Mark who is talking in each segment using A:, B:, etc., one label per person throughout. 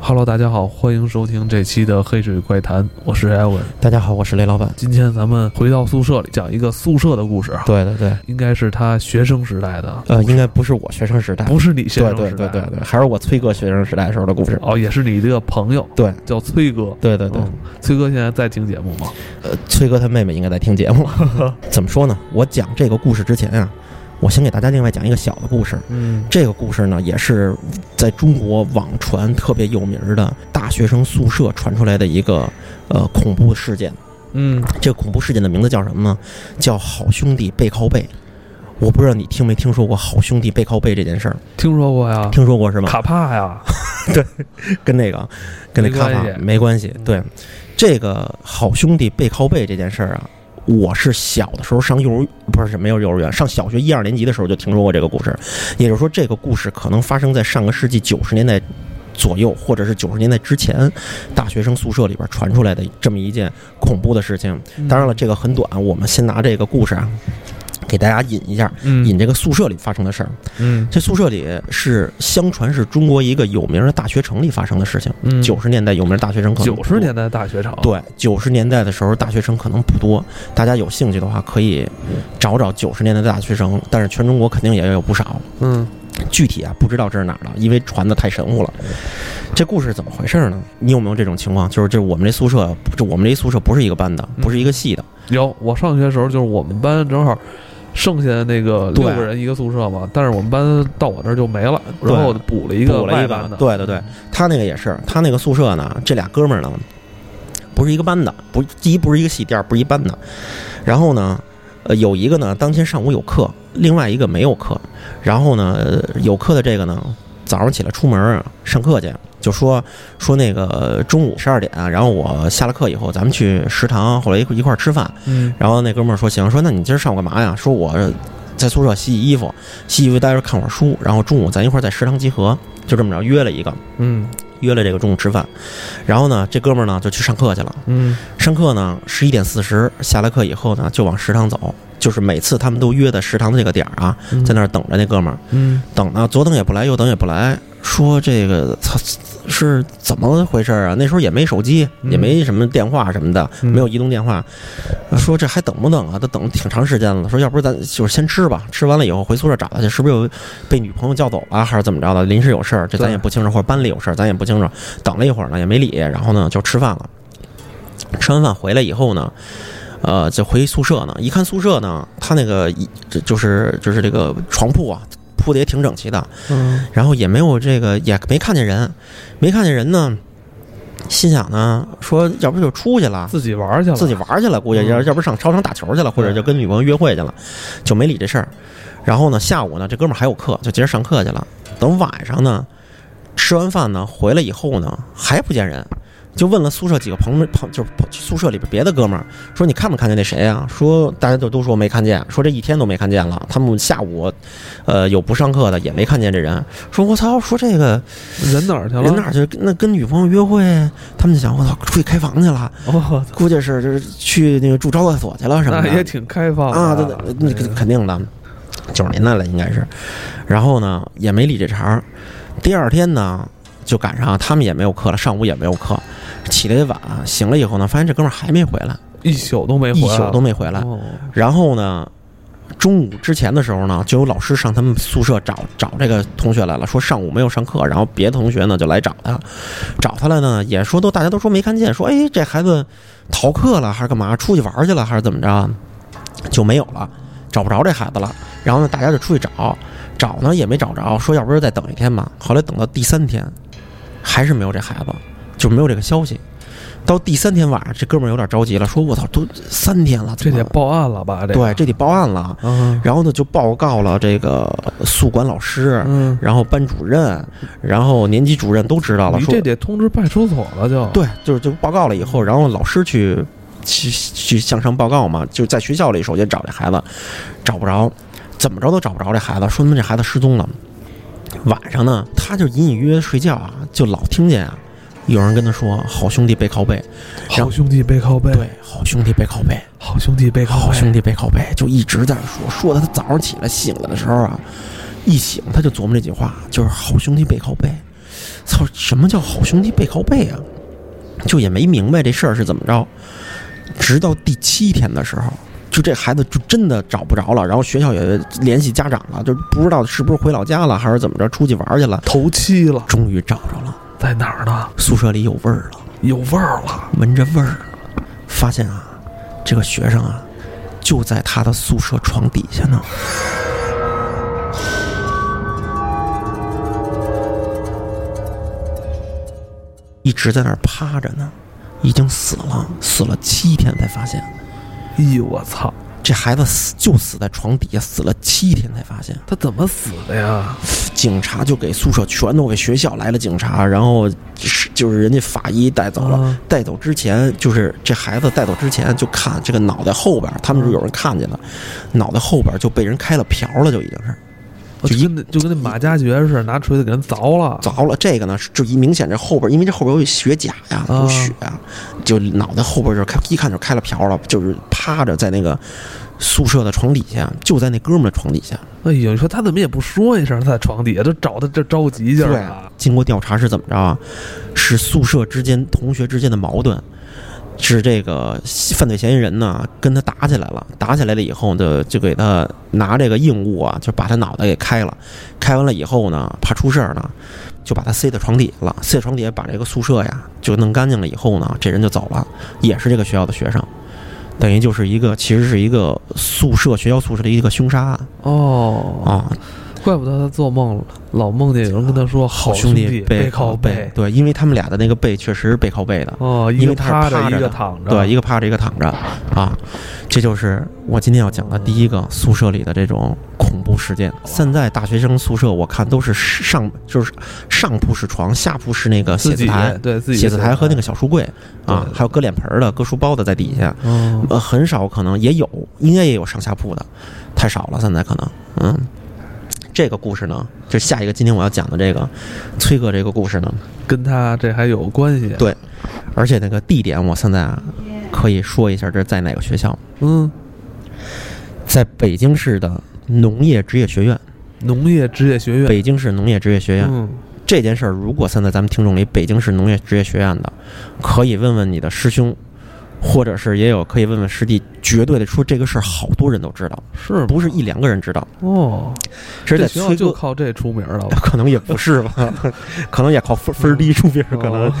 A: Hello，大家好，欢迎收听这期的《黑水怪谈》，我是艾文。
B: 大家好，我是雷老板。
A: 今天咱们回到宿舍里，讲一个宿舍的故事啊，
B: 对对对，
A: 应该是他学生时代的，
B: 呃，应该不是我学生时代，
A: 不是你学
B: 对
A: 生
B: 对
A: 时代
B: 对
A: 的，
B: 对对，还是我崔哥学生时代时候的故事。
A: 哦，也是你这个朋友，
B: 对
A: 叫崔哥。
B: 对对对，
A: 嗯崔哥现在在听节目 吗？
B: 呃，崔哥他妹妹应该在听节目。 怎么说呢？我讲这个故事之前啊，我先给大家另外讲一个小的故事。
A: 嗯，
B: 这个故事呢，也是在中国网传特别有名的大学生宿舍传出来的一个呃恐怖事件。
A: 嗯，
B: 这个恐怖事件的名字叫什么呢？叫“好兄弟背靠背”。我不知道你听没听说过“好兄弟背靠背”这件事儿，
A: 听说过呀，
B: 听说过是吗？
A: 卡帕呀，
B: 跟那个跟
A: 没
B: 那卡
A: 关
B: 法
A: 系
B: 没关系
A: 嗯。
B: 对，这个好兄弟背靠背这件事儿啊，我是小的时候上幼儿不是没有幼儿园，上小学一二年级的时候就听说过这个故事。也就是说，这个故事可能发生在上个世纪九十年代。左右，或者是九十年代之前，大学生宿舍里边传出来的这么一件恐怖的事情。
A: 嗯
B: 当然了，这个很短，我们先拿这个故事啊，给大家引一下，
A: 嗯，
B: 引这个宿舍里发生的事儿。
A: 嗯，
B: 这宿舍里是相传是中国一个有名的大学城里发生的事情。
A: 嗯，
B: 九十年代有名的大学生可能
A: 九十年代啊大学城，
B: 不多对九十年代的时候大学生可能不多，大家有兴趣的话可以找找九十年代的大学生，但是全中国肯定也有不少。
A: 嗯，
B: 具体啊不知道这是哪儿的，因为传的太神乎了。这故事怎么回事呢？你有没有这种情况？就是这我们这宿舍，这我们这宿舍不是一个班的，
A: 嗯
B: 不是一个系的。
A: 有。我上学的时候就是我们班正好。剩下那个六
B: 对
A: 个人一个宿舍嘛，但是我们班到我这儿就没了，
B: 对
A: 然后我就补了一个
B: 补了
A: 外
B: 一嗯
A: 班的
B: 个，，对对对，他那个也是，他那个宿舍呢，这俩哥们儿呢，不是一个班的，不，第一不是一个系，第二不是一班的。然后呢，呃，有一个呢当天上午有课，另外一个没有课。然后呢，呃有课的这个呢，早上起来出门儿上课去，就说说那个呃中午十二点啊，然后我下了课以后，咱们去食堂，后来一块一块儿吃饭。
A: 嗯
B: 然后那哥们儿说行，说那你今儿上午干嘛呀？说我在宿舍洗洗衣服，洗衣服待会儿看会儿书，然后中午咱一块儿在食堂集合，就这么着约了一个，
A: 嗯
B: 约了这个中午吃饭。然后呢，这哥们儿呢就去上课去了，
A: 嗯
B: 上课呢十一点四十下了课以后呢就往食堂走，就是每次他们都约在食堂的这个点儿啊，
A: 嗯，
B: 在那儿等着那哥们儿，
A: 嗯
B: 等呢左等也不来，右等也不来。说这个操是怎么回事儿啊？那时候也没手机，
A: 嗯
B: 也没什么电话什么的，
A: 嗯
B: 没有移动电话。呃说这还等不等啊？都等了挺长时间了。说要不咱就是先吃吧，吃完了以后回宿舍找他去，是不是有被女朋友叫走了，还是怎么着的？临时有事儿，这咱
A: 对
B: 也不清楚，或者班里有事儿，咱也不清楚。等了一会儿呢，也没理，然后呢就吃饭了。吃完饭回来以后呢，呃，就回宿舍呢，一看宿舍呢，他那个一这就是就是这个床铺啊，铺的也挺整齐的，
A: 嗯
B: 然后也没有这个也没看见人，没看见人呢，心想呢，说要不就出去了。
A: 自己玩儿去了，
B: 自己玩儿去了，估计
A: 嗯
B: 要要不上操场打球去了，或者
A: 对
B: 就跟女朋友约会去了，就没理这事儿。然后呢，下午呢，这哥们儿还有课，就接着上课去了。等晚上呢，吃完饭呢，回来以后呢，还不见人，就问了宿舍几个朋友朋，就是宿舍里边别的哥们儿，说你看没看见那谁啊？说大家就都说没看见，说这一天都没看见了。他们下午，呃，有不上课的也没看见这人。说我操，说这个
A: 人哪儿去了？
B: 人哪儿去？那跟女朋友约会，他们就想我操，出去开房去了。
A: 哦，
B: 估计是就是去那个住招待所去了什么
A: 那也
B: 的
A: 挺开放的嗯
B: 啊，对对，那
A: 这
B: 肯
A: 个
B: 肯定的，嗯九十年代了应该是。然后呢，也没理这茬儿。第二天呢，就赶上他们也没有课了，上午也没有课，起来也晚，醒了以后呢，发现这哥们儿还没回来，
A: 一宿都没回
B: 一
A: 来，
B: 宿都没回来。
A: 哦
B: 然后呢，中午之前的时候呢，就有老师上他们宿舍找找这个同学来了，说上午没有上课，然后别的同学呢就来找他，找他来呢也说都大家都说没看见，说哎这孩子逃课了还是干嘛，出去玩去了还是怎么着，就没有了，找不着这孩子了。然后呢，大家就出去找，找呢也没找着，说要不然再等一天吧。后来等到第三天，还是没有这孩子，就没有这个消息。到第三天晚上，这哥们儿有点着急了，说：“我操，都三天了，
A: 这
B: 怎
A: 得
B: 么
A: 报案了吧？这
B: 对，这得报案了。
A: 啊，
B: 然后呢，就报告了这个宿管老师，
A: 嗯，
B: 然后班主任，然后年级主任都知道了，
A: 你
B: 说
A: 这得通知派出所了，就，
B: 对，就是就报告了以后，然后老师去去去向上报告嘛，就在学校里首先找这孩子，找不着，怎么着都找不着这孩子，说明这孩子失踪了。晚上呢，他就隐隐约约睡觉啊，就老听见啊，有人跟他说“好兄弟背靠背
A: 好兄弟背靠”，背，
B: 对，好兄弟背靠背。
A: 好兄弟背靠
B: 好
A: 背，
B: 兄弟背靠背，就一直在那说，说的他早上起来醒了的时候啊，一醒他就琢磨这句话，就是好兄弟背靠背，操，什么叫好兄弟背靠背啊？就也没明白这事儿是怎么着。直到第七天的时候，就这孩子就真的找不着了，然后学校也联系家长了，就不知道是不是回老家了，还是怎么着出去玩去了。
A: 头七了，
B: 终于找着了，
A: 在哪儿呢？
B: 宿舍里有味儿了，
A: 有味儿了，
B: 闻着味儿，发现啊，这个学生啊，就在他的宿舍床底下呢。一直在那儿趴着呢，已经死了，死了七天才发现，
A: 哎呦我操！
B: 这孩子死就死在床底下，死了七天才发现。
A: 他怎么死的呀？
B: 警察就给宿舍全都给学校来了警察，然后是就是人家法医带走了。
A: 啊
B: 带走之前，就是这孩子带走之前就看这个脑袋后边，他们是有人看见了，脑袋后边就被人开了瓢了，就已经是
A: 我
B: 就
A: 就
B: 一
A: 跟那就跟那马加爵似的，拿锤子给人凿了。
B: 凿了。这个呢，是就一明显这后边，因为这后边有血甲呀，
A: 啊
B: 有血啊，就脑袋后边就开一看就开了瓢了，就是趴着在那个宿舍的床底下，就在那哥们儿的床底下。
A: 哎呦，你说他怎么也不说一声，他在床底下这找他这着急劲儿啊！
B: 经过调查是怎么着啊？是宿舍之间同学之间的矛盾，是这个犯罪嫌疑人呢跟他打起来了，打起来了以后呢，就给他拿这个硬物啊，就把他脑袋给开了，开完了以后呢，怕出事儿呢，就把他塞在床底下了，塞在床底下把这个宿舍呀就弄干净了以后呢，这人就走了，也是这个学校的学生。等于就是一个，其实是一个宿舍学校宿舍的一个凶杀案
A: 哦，
B: 啊，
A: 怪不得他做梦老梦见有人跟他说“好
B: 兄
A: 弟
B: 背
A: 靠
B: 背，对，因为他们俩的那个背确实是背靠背的”，，
A: 哦，一
B: 因为
A: 个
B: 他是
A: 趴着，
B: 趴
A: 一
B: 着
A: 个
B: 的
A: 躺着，
B: 对，一个趴着，一个躺着，啊，这就是我今天要讲的第一个宿舍里的这种恐怖事件。现在大学生宿舍我看都是上就是上铺是床，下铺是那个写
A: 自
B: 字
A: 己
B: 台，
A: 对自己
B: 写字台和那个小书柜啊
A: 对，
B: 还有搁脸盆儿的、搁书包的在底下，
A: 哦，
B: 呃，很少可能也有，应该也有上下铺的，太少了，现在可能，嗯。这个故事呢，就下一个今天我要讲的这个崔哥这个故事呢，
A: 跟他这还有关系。
B: 对而且那个地点我现在啊可以说一下这是在哪个学校吗
A: 嗯，
B: 在北京市的农业职业学院，
A: 农业职业学院，
B: 北京市农业职业学院、
A: 嗯，
B: 这件事儿，如果现在咱们听众里北京市农业职业学院的，可以问问你的师兄，或者是也有可以问问师弟，绝对的说这个事儿好多人都知道，
A: 是吗
B: 不是一两个人知道，
A: 哦，
B: 这是在
A: 学校
B: 崔
A: 就
B: 哥。
A: 靠这出名了吧？
B: 可能也不是吧， 可能也靠分分儿低出名儿，可能
A: 哦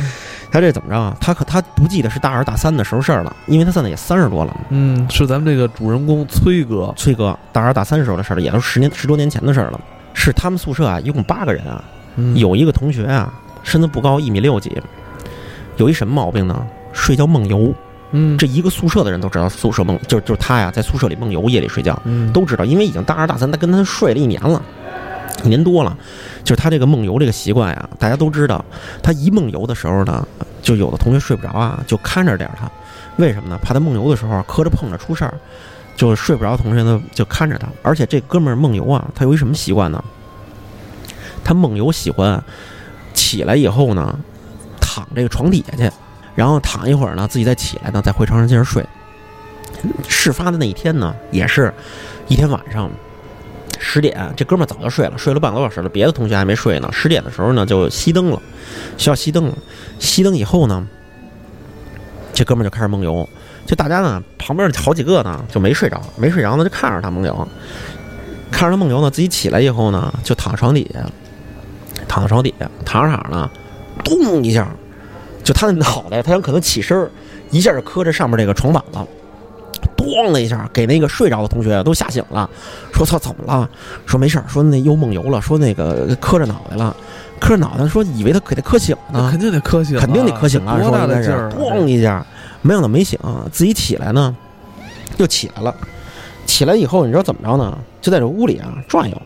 B: 他这怎么着啊？他可他不记得是大二大三的时候事儿了，因为他现在也三十多了。
A: 嗯，是咱们这个主人公崔哥，
B: 崔哥大二大三时候的事儿了，也都是十年十多年前的事儿了。是他们宿舍啊，一共八个人啊，
A: 嗯，
B: 有一个同学啊，身子不高，一米六几，有一什么毛病呢？睡觉梦游。
A: 嗯，
B: 这一个宿舍的人都知道，宿舍梦就是就是他呀，在宿舍里梦游，夜里睡觉
A: 嗯
B: 都知道，因为已经大二大三，他跟他睡了一年了。一年多了，就是他这个梦游这个习惯呀，大家都知道。他一梦游的时候呢，就有的同学睡不着啊，就看着点儿他。为什么呢？怕他梦游的时候啊磕着碰着出事儿，就睡不着的同学呢就看着他。而且这哥们儿梦游啊，他有一什么习惯呢？他梦游喜欢起来以后呢，躺这个床底下去，然后躺一会儿呢，自己再起来呢，再回床上接着睡。事发的那一天呢，也是一天晚上十点，这哥们儿早就睡了，睡了半个多小时了，别的同学还没睡呢。十点的时候呢，就熄灯了，学校熄灯了。熄灯以后呢，这哥们儿就开始梦游。就大家呢，旁边好几个呢就没睡着，没睡着呢就看着他梦游，看着他梦游呢，自己起来以后呢，就躺床底下，躺在床底下，躺着躺着呢，咚一下，就他的脑袋，他想可能起身儿，一下就磕着上面这个床板了，咣的一下，给那个睡着的同学都吓醒了，说操怎么了？说没事儿，说那又梦游了，说那个磕着脑袋了，磕着脑袋说以为他给他磕醒了
A: 那，肯定得磕醒了，
B: 肯定得磕醒了，
A: 多
B: 说
A: 大
B: 应该
A: 的
B: 是
A: 劲儿啊，
B: 咣一下，没想到没醒，啊自己起来呢，又起来了。起来以后，你知道怎么着呢？就在这屋里啊转悠，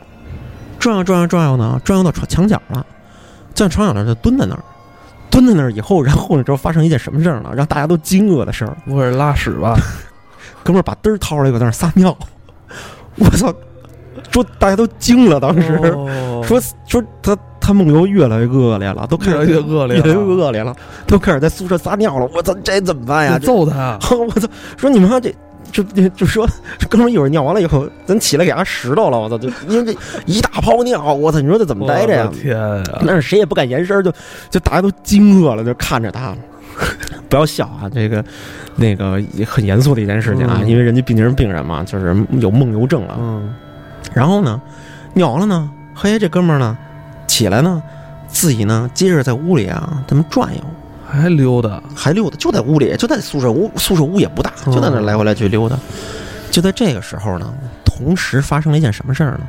B: 转悠转悠转悠呢，转悠到床墙角了，站床角那儿就蹲在那儿，蹲在那儿以后，然后你知道发生一件什么事儿呢？让大家都惊愕的事儿，
A: 不会是拉屎 吧？
B: 哥们儿把嘚儿掏出来，搁那儿撒尿，我操！说大家都惊了，当时。
A: 哦
B: 说说他他梦游越来越恶劣了，都开始
A: 越来越恶劣
B: 越来越
A: 了
B: 恶劣了，都开始在宿舍撒尿了。我操，这怎么办呀？
A: 你
B: 这
A: 揍他
B: 我操！说你妈这就就就说，哥们儿一会儿尿完了以后，咱起来给他拾掇了，我操！就因为这一大泡尿，我操！你说这怎么待着呀
A: 我的？天呀！
B: 但是谁也不敢言声儿，就就大家都惊愕了，就看着他。 不要笑啊，这个那个也很严肃的一件事情啊，
A: 嗯
B: 因为人家毕竟是病人嘛，就是有梦游症了。
A: 嗯，
B: 然后呢，尿完了呢，嘿，这哥们儿呢起来呢，自己呢接着在屋里啊他们转悠，
A: 还溜达，
B: 还溜达，就在屋里，就在宿舍屋，宿舍屋也不大，
A: 嗯
B: 就在那儿来回来去溜达。就在这个时候呢，同时发生了一件什么事儿呢？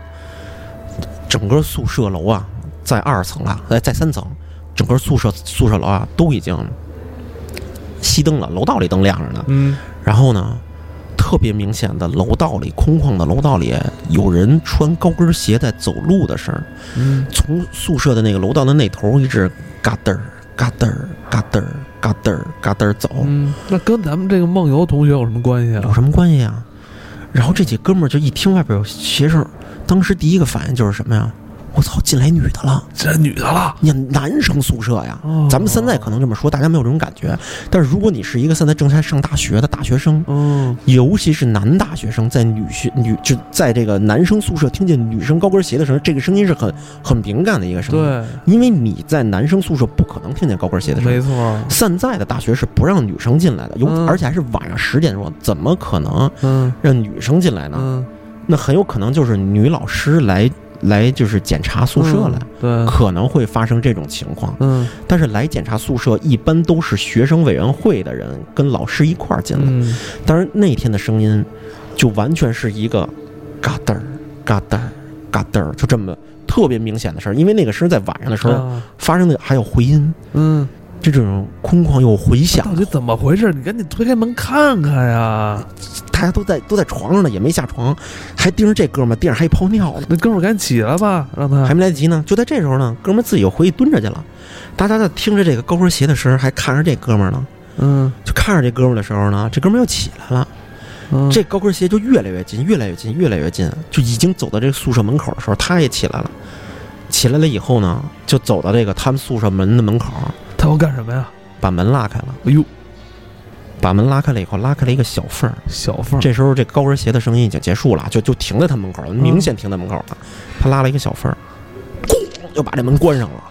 B: 整个宿舍楼啊，在二层啊，在在三层，整个宿舍宿舍楼啊都已经熄灯了，楼道里灯亮着呢。
A: 嗯，
B: 然后呢，特别明显的楼道里空旷的楼道里有人穿高跟鞋在走路的声儿，
A: 嗯
B: 从宿舍的那个楼道的那头一直嘎噔儿嘎噔儿嘎噔儿嘎噔儿嘎噔儿走，
A: 嗯，那跟咱们这个梦游同学有什么关系
B: 有
A: 啊？
B: 什么关系啊？然后这几哥们儿就一听外边有鞋声儿，当时第一个反应就是什么呀？我操，进来女的了！
A: 这女的了，
B: 你看男生宿舍呀
A: 哦，
B: 咱们现在可能这么说，大家没有这种感觉。但是如果你是一个现在正在上大学的大学生，
A: 嗯，
B: 尤其是男大学生在女学女就在这个男生宿舍听见女生高跟鞋的时候，这个声音是很很敏感的一个声音。，
A: 对，
B: 因为你在男生宿舍不可能听见高跟鞋的声
A: 没
B: 音。
A: 错，
B: 现在的大学是不让女生进来的，有、
A: 嗯
B: 而且还是晚上十点钟，怎么可能
A: 嗯
B: 让女生进来呢？
A: 嗯，
B: 那很有可能就是女老师来来就是检查宿舍来。
A: 嗯对，
B: 可能会发生这种情况，
A: 嗯
B: 但是来检查宿舍一般都是学生委员会的人跟老师一块儿进来。
A: 嗯，
B: 当然那天的声音就完全是一个嘎噔儿嘎噔儿嘎噔儿，就这么特别明显的事儿。因为那个声儿在晚上的时候
A: 啊
B: 发生的还有回音，
A: 嗯，
B: 就这种空旷又回响
A: 到，底怎么回事？你赶紧推开门看看呀！
B: 大家都在都在床上呢，也没下床，还盯着这哥们儿，地上还一泡尿呢。
A: 那哥们儿赶紧起来吧，让他
B: 还没来得及呢，就在这时候呢，哥们儿自己又回去蹲着去了。大家在听着这个高跟鞋的声儿，还看着这哥们儿呢。
A: 嗯，
B: 就看着这哥们儿的时候呢，这哥们儿又起来了。
A: 嗯
B: 这高跟鞋就越来越近，越来越近，越来越近，就已经走到这个宿舍门口的时候，他也起来了。起来了以后呢，就走到这个他们宿舍门的门口，
A: 他要干什么呀？
B: 把门拉开了。
A: 哎呦，
B: 把门拉开了以后，拉开了一个小缝儿。嗯
A: 小凤，
B: 这时候，这高跟鞋的声音已经结束了，就就停在他门口了，明显停在门口了。他拉了一个小缝儿，咣就把这门关上了，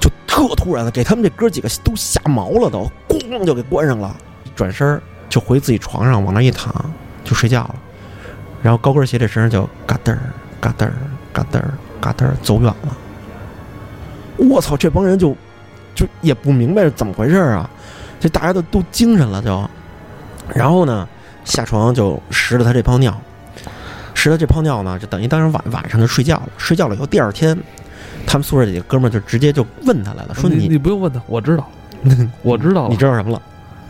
B: 就特突然的，给他们这哥几个都吓毛了都，咣就给关上了。一转身儿就回自己床上，往那一躺就睡觉了。然后高跟鞋这声儿就嘎噔儿嘎噔儿嘎噔儿嘎噔儿走远了。我操，这帮人就就也不明白是怎么回事儿啊！这大家都都精神了就，然后呢，下床就拾了他这泡尿，拾了这泡尿呢，就等于当时晚晚上就睡觉了，睡觉了以后第二天，他们宿舍几个哥们儿就直接就问他来了，说
A: 你
B: 你
A: 你不用问他，我知 道，我知道了
B: 你知道什么了？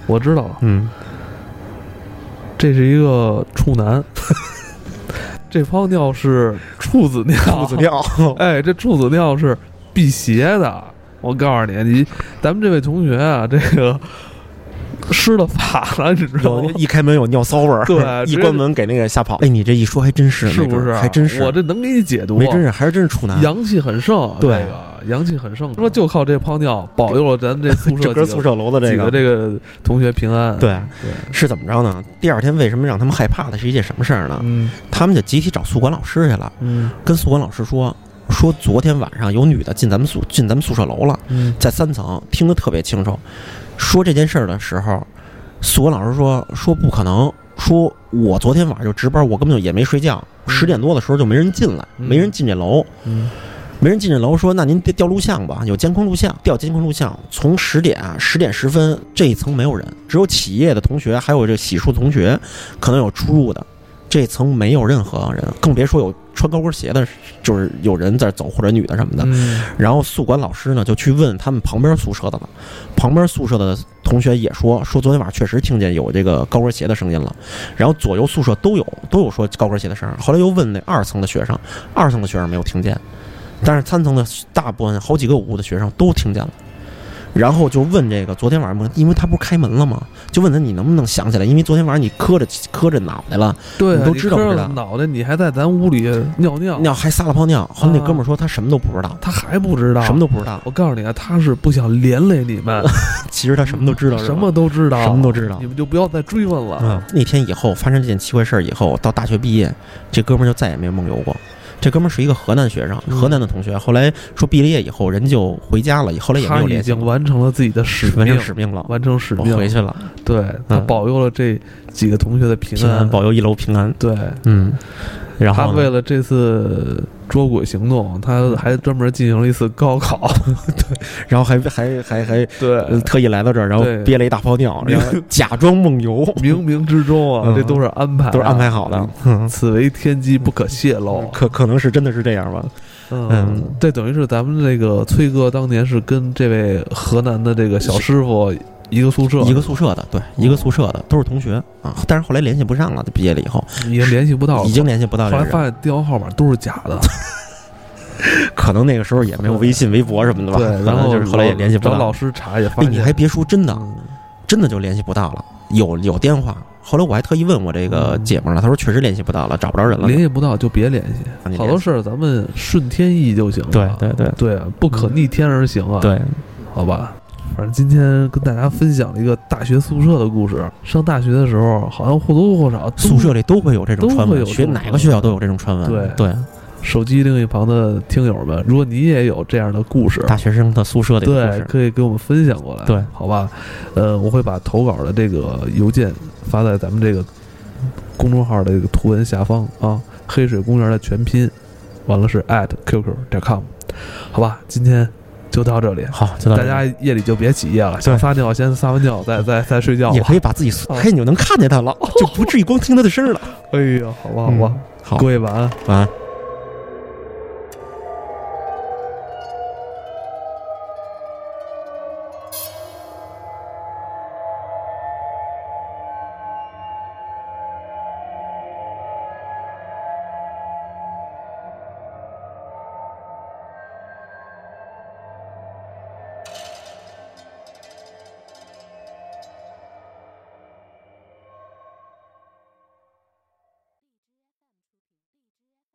A: 我知道了，
B: 嗯，
A: 这是一个处男， 这泡尿是处子尿，
B: 裤子。尿，
A: 哎，这处子尿是辟邪的。我告诉你，你咱们这位同学啊，这个失了法了，你知道
B: 有
A: 吗？
B: 一开门有尿骚味儿，
A: 对
B: 一
A: 直接
B: 关门给那个吓跑。哎，你这一说还真是，
A: 是
B: 没
A: 不
B: 准
A: 是
B: 儿
A: 啊？
B: 还真是，
A: 我这能给你解读啊
B: 没。真是，还是真是处男。
A: 阳气很盛，啊
B: 对
A: 这个阳气很盛，说就靠这泡尿保佑了咱 们这宿舍
B: 整个
A: 几
B: 宿
A: 个
B: 舍楼的
A: 几
B: 这
A: 个
B: 个，
A: 这个同学平安。
B: 对，
A: 对，
B: 是怎么着呢？第二天为什么让他们害怕的是一件什么事儿呢？
A: 嗯
B: 他们就集体找宿管老师去了，
A: 嗯
B: 跟宿管老师说说昨天晚上有女的进咱们宿进咱们宿舍楼了，
A: 嗯
B: 在三层，听得特别清楚。说这件事儿的时候，宿管老师说说不可能，说我昨天晚上就值班，我根本就也没睡觉，
A: 嗯
B: 十点多的时候就没人进来，
A: 嗯
B: 没人进这楼，
A: 嗯
B: 没人进这楼，说那您调调录像吧，有监控录像，调监控录像，从十点啊十点十分这一层没有人，只有起夜的同学，还有这洗漱同学，可能有出入的，这层没有任何人，更别说有穿高跟鞋的，就是有人在走或者女的什么的。
A: 嗯
B: 然后宿管老师呢就去问他们旁边宿舍的了，旁边宿舍的同学也说说昨天晚上确实听见有这个高跟鞋的声音了，然后左右宿舍都有都有说高跟鞋的声儿。后来又问那二层的学生，二层的学生没有听见，但是三层的大部分好几个屋的学生都听见了。然后就问这个昨天晚上，因为他不是开门了吗？就问他你能不能想起来，因为昨天晚上你磕着磕着脑袋了，
A: 对啊，
B: 你都知道
A: 磕
B: 不知
A: 了
B: 道
A: 脑袋，你还在咱屋里尿尿，
B: 尿还撒了泡尿。后来那
A: 啊
B: 哥们儿说他什么都不知道，
A: 他还不知道
B: 什么都不知道。
A: 我告诉你啊，他是不想连累你们，
B: 其实他什么都知道，
A: 什么都知道，嗯
B: 什么都知道
A: 你们就不要再追问了。
B: 啊、那天以后发生这件奇怪事儿以后，到大学毕业，这哥们儿就再也没梦游过。这哥们儿是一个河南学生，
A: 嗯
B: 河南的同学。后来说毕了业以后，人就回家了，以后来也没
A: 他
B: 有
A: 已
B: 联系
A: 经
B: 过，
A: 完成了自己的使
B: 完
A: 命
B: 成，使命了，
A: 完成使
B: 我
A: 命，
B: 回去了，
A: 对他
B: 嗯
A: 保佑了这几个同学的平
B: 平安保佑一楼平安。
A: 对，
B: 嗯，然
A: 他
B: 后呢
A: 为了这次捉鬼行动，他还专门进行了一次高 考。
B: 然后还还还还
A: 对
B: 呃特意来到这儿，然后
A: 对
B: 憋了一大泡尿，然后假装梦游，
A: 冥冥之中啊，
B: 嗯
A: 这都是安排，
B: 都是安排好的。。嗯哦
A: 此为天机，不可泄露。
B: 可可能是真的是这样吧？嗯
A: 嗯，这等于是咱们这个崔哥当年是跟这位河南的这个小师傅一个宿舍，
B: 一个宿舍的，对，一个宿舍的，都是同学啊，但是后来联系不上了，毕业了以后，
A: 已经联系不到了
B: 已。经联系不到
A: 后
B: 这
A: 来
B: 个人
A: 发现电话号码都是假的，
B: 可能那个时候也没有微信、微博什么的吧，
A: 对，然
B: 可能
A: 后
B: 就是后来也联系不
A: 找老
B: 到。
A: 师查也发
B: 哎，
A: 现，
B: 你还别说，真的，
A: 嗯
B: 真的就联系不到了。有有电话，后来我还特意问我这个姐们儿了，她说确实联系不到了，找不着人了。
A: 嗯联系不到就别联系，
B: 你
A: 好
B: 联
A: 多
B: 系
A: 事儿咱们顺天意就行了。
B: 对对对
A: 对啊，不可逆天而行啊。，
B: 对，
A: 好吧。反正今天跟大家分享了一个大学宿舍的故事。上大学的时候，好像或多或少都
B: 宿舍里都会有这种
A: 都
B: 传
A: 会有
B: 闻，
A: 这
B: 学
A: 种
B: 哪
A: 传
B: 个
A: 闻
B: 学校都有这种传闻。
A: 对
B: 对，
A: 手机另一旁的听友们，如果你也有这样的故事，
B: 大学生的宿舍里的故
A: 对，
B: 事。
A: 可以给我们分享过来。
B: 对
A: 好吧。呃，我会把投稿的这个邮件发在咱们这个公众号的这个图文下方啊，黑水公园的全拼，完了是 at qq 点 com，好吧。今天就到这里。
B: 好，就到
A: 大
B: 这
A: 家
B: 里
A: 夜里就别起夜了，
B: 对
A: 想撒尿先撒完尿再再再睡觉
B: 也
A: 吧。
B: 可以把自己宿，
A: 啊
B: 嘿，你 就能看见他了，就不至于光听他的声儿了。
A: 哎呀，好吧好吧，
B: 好，
A: 各位晚安。
B: 晚安。